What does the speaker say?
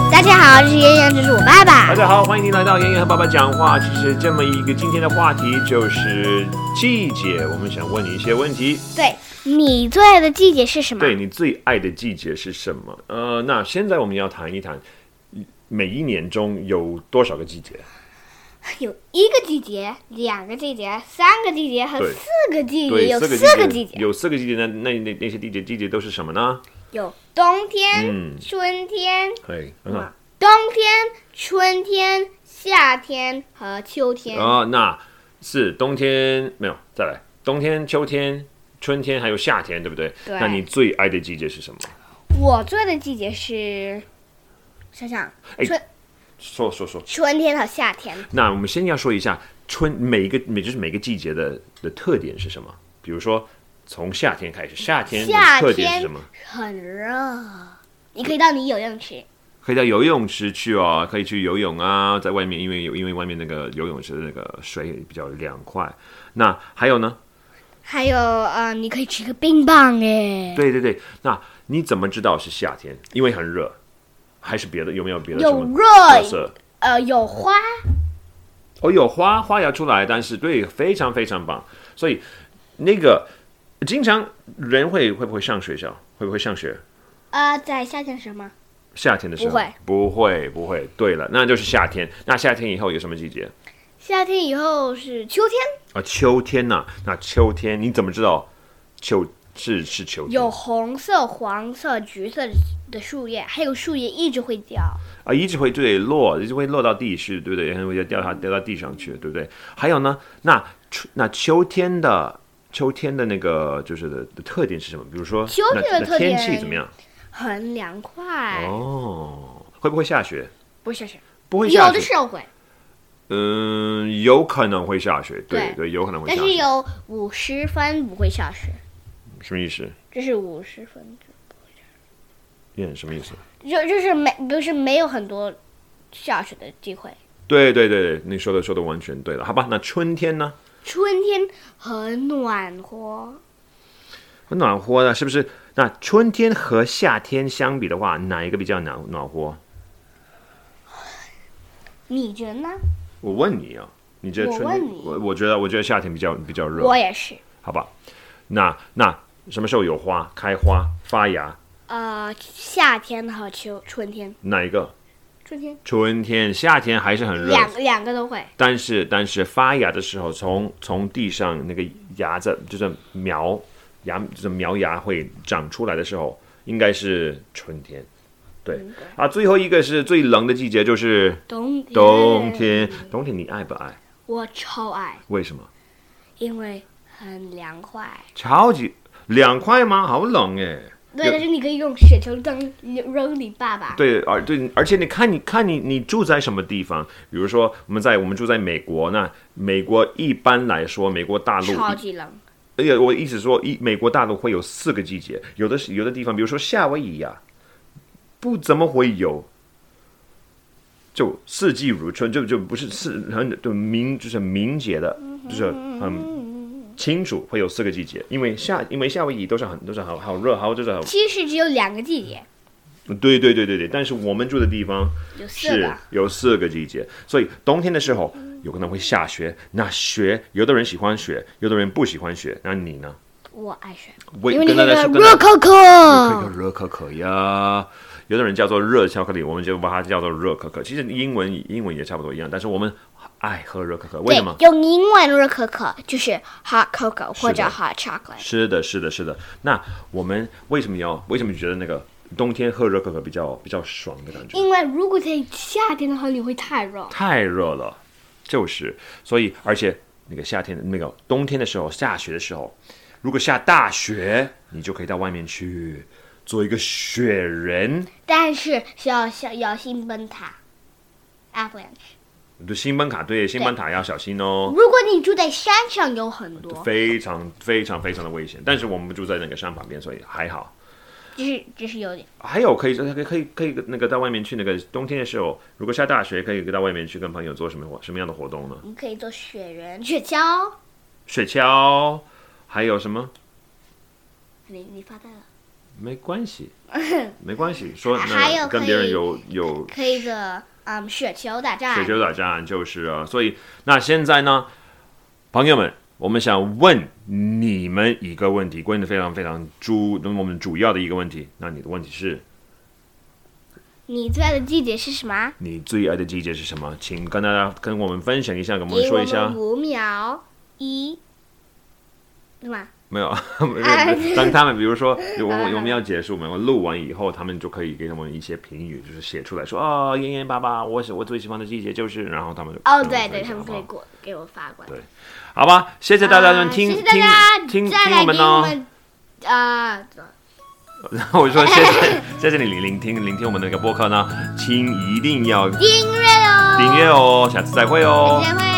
我是妍妍，这是我爸大爸。家好，欢迎您来到妍妍和爸爸讲话。其实这么一个今天的话题就是季节，我们想问你一些问题。对，你最爱的季节是什么？对你最爱的季节是什么？呃，那现在我们要谈一谈，每一年中有多少个季节？有一个季节、两个季节、三个季节和对四个季节，对，有四个四个季季节，有四个季节。那那那那些季节季节都是什么呢？有冬天、嗯，春天、对，很好。冬天、春天、夏天和秋天。然后啊那是冬天没有，再来冬天、秋天、春天还有夏天，对不对？对那你最爱的季节是什么？我最爱的季节是，想想哎春说说说。春天和夏天。那我们先要说一下春每一个每就是每个季节的的特点是什么？比如说从夏天开始，夏天的夏特点天是什么？很热，你可以到你游泳池。可以到游泳池去哦，可以去游泳啊，在外面，因为有因为外面那个游泳池的那个水比较凉快。那还有呢？还有，呃，你可以吃个冰棒哎，对对对，那你怎么知道是夏天？因为很热，还是别的？有没有别的什有么特热，色？呃，有花，哦，有花花要出来，但是对，非常非常棒。所以那个经常人会会不会上学校？会不会上学？呃，在夏天时吗？夏天的时候不会，不会，不会。对了，那就是夏天。那夏天以后有什么季节夏天以后是秋天，啊？秋天呐、那秋天你怎么知道秋是是秋天有红色、黄色、橘色的树叶，还有树叶一直会掉。啊？一直会对落，一直会落到地去，对不对？然后会掉它掉到地上去，对不对？还有呢，那春那秋天的秋天的那个就是的的特点是什么？比如说秋天的那那特点天气怎么样？很凉快，哦，会不会下雪？不是是，不会有下的雪，时候会，嗯，有可能会下雪，对对对，有可能会但下是雪，有五十分不会下雪，什么意思？这是五十分，嗯，什么意思？就就是没不是没有很多下雪的机会。对对对，对你说的说的完全对了，好吧？那春天呢？春天很暖和，很暖和的，是不是？那春天和夏天相比的话，哪一个比较暖暖和？你觉得呢？我问你啊，你觉得我春问你我我觉得我觉得夏天比较比较热，我也是。好吧？那那什么时候有花开花发芽？呃，夏天和秋春天，哪一个？春天春天、夏天还是很热，两两个都会。但是但是发芽的时候，从从地上那个芽子就是苗芽就是苗芽会长出来的时候，应该是春天。对啊，最后一个是最冷的季节，就是冬天，冬天。冬天你爱不爱？我超爱，为什么？因为很凉快。超级凉快吗？好冷哎。对，有但是你可以用雪球扔扔你爸爸。对，而对，而且你看，你看你你住在什么地方？比如说，我们在我们住在美国，那美国一般来说，美国大陆超级冷，而且我一直说，一美国大陆会有四个季节，有的是有的地方，比如说夏威夷啊，不怎么会有，就四季如春，就就不是是很就明就是明节的，嗯就是很清楚会有四个季节，因为夏因为夏威夷都是很都是好好热，好就是好，嗯其实只有两个季节，对对对对对，但是我们住的地方有四是个。有四个季节，所以冬天的时候有可能会下雪，那雪有的人喜欢雪，有的人不喜欢雪，那你呢？我爱雪，我因为你跟大那家个说，跟大热家可可可叫，热可可呀，有的人叫做热巧克力，我们就把它叫做热可可。其实英文英文也差不多一样，但是我们爱喝热可可，对为什么，？用英文热可可就是 hot cocoa 或者的 hot chocolate。是的，是的，是的。那我们为什么要为什么觉得那个冬天喝热可可比较比较爽的感觉？因为如果在夏天的话，你会太热。太热了，就是，所以而且那个夏天那个冬天的时候下雪的时候，如果下大雪，你就可以到外面去做一个雪人。但是是要小要心崩塌，avalanche。啊对，新班卡对新班卡要小心哦。如果你住在山上，有很多，非常非常非常的危险。但是我们住在那个山旁边，所以还好。只是只是有点。还有可以可以可以可以那个到外面去那个冬天的时候，如果下大雪，可以到外面去跟朋友做什么活什么样的活动呢？你可以做雪人、雪橇。雪橇，还有什么？你你发呆了？没 关系，没关系。说还有那跟可别人以有有可以的，嗯，雪球大战雪，球打战就是啊，所以那现在呢，朋友们，我们想问你们一个问题，问的非常非常主，我们主要的一个问题。那你的问题是，你最爱的季节是什么？你最爱的季节是什么？请跟大家跟我们分享一下，跟我们给说我一下们。五秒，一，什么？没有，没哎有。当他们比如说，我好了我我们要结束，我们录完以后，他们就可以给他们一些评语，就是写出来说啊，严严巴巴，我喜我最喜欢的季节就是，然后他们就哦，对对，好他们可不好以过给我发过来。对好吧，谢谢大家能啊听谢谢大家，听听再听来我们哦给呢我。们啊，我说谢谢谢谢你聆聆听聆听我们的那个播客呢，请一定要订阅哦，订阅哦，下次再会哦。再见会。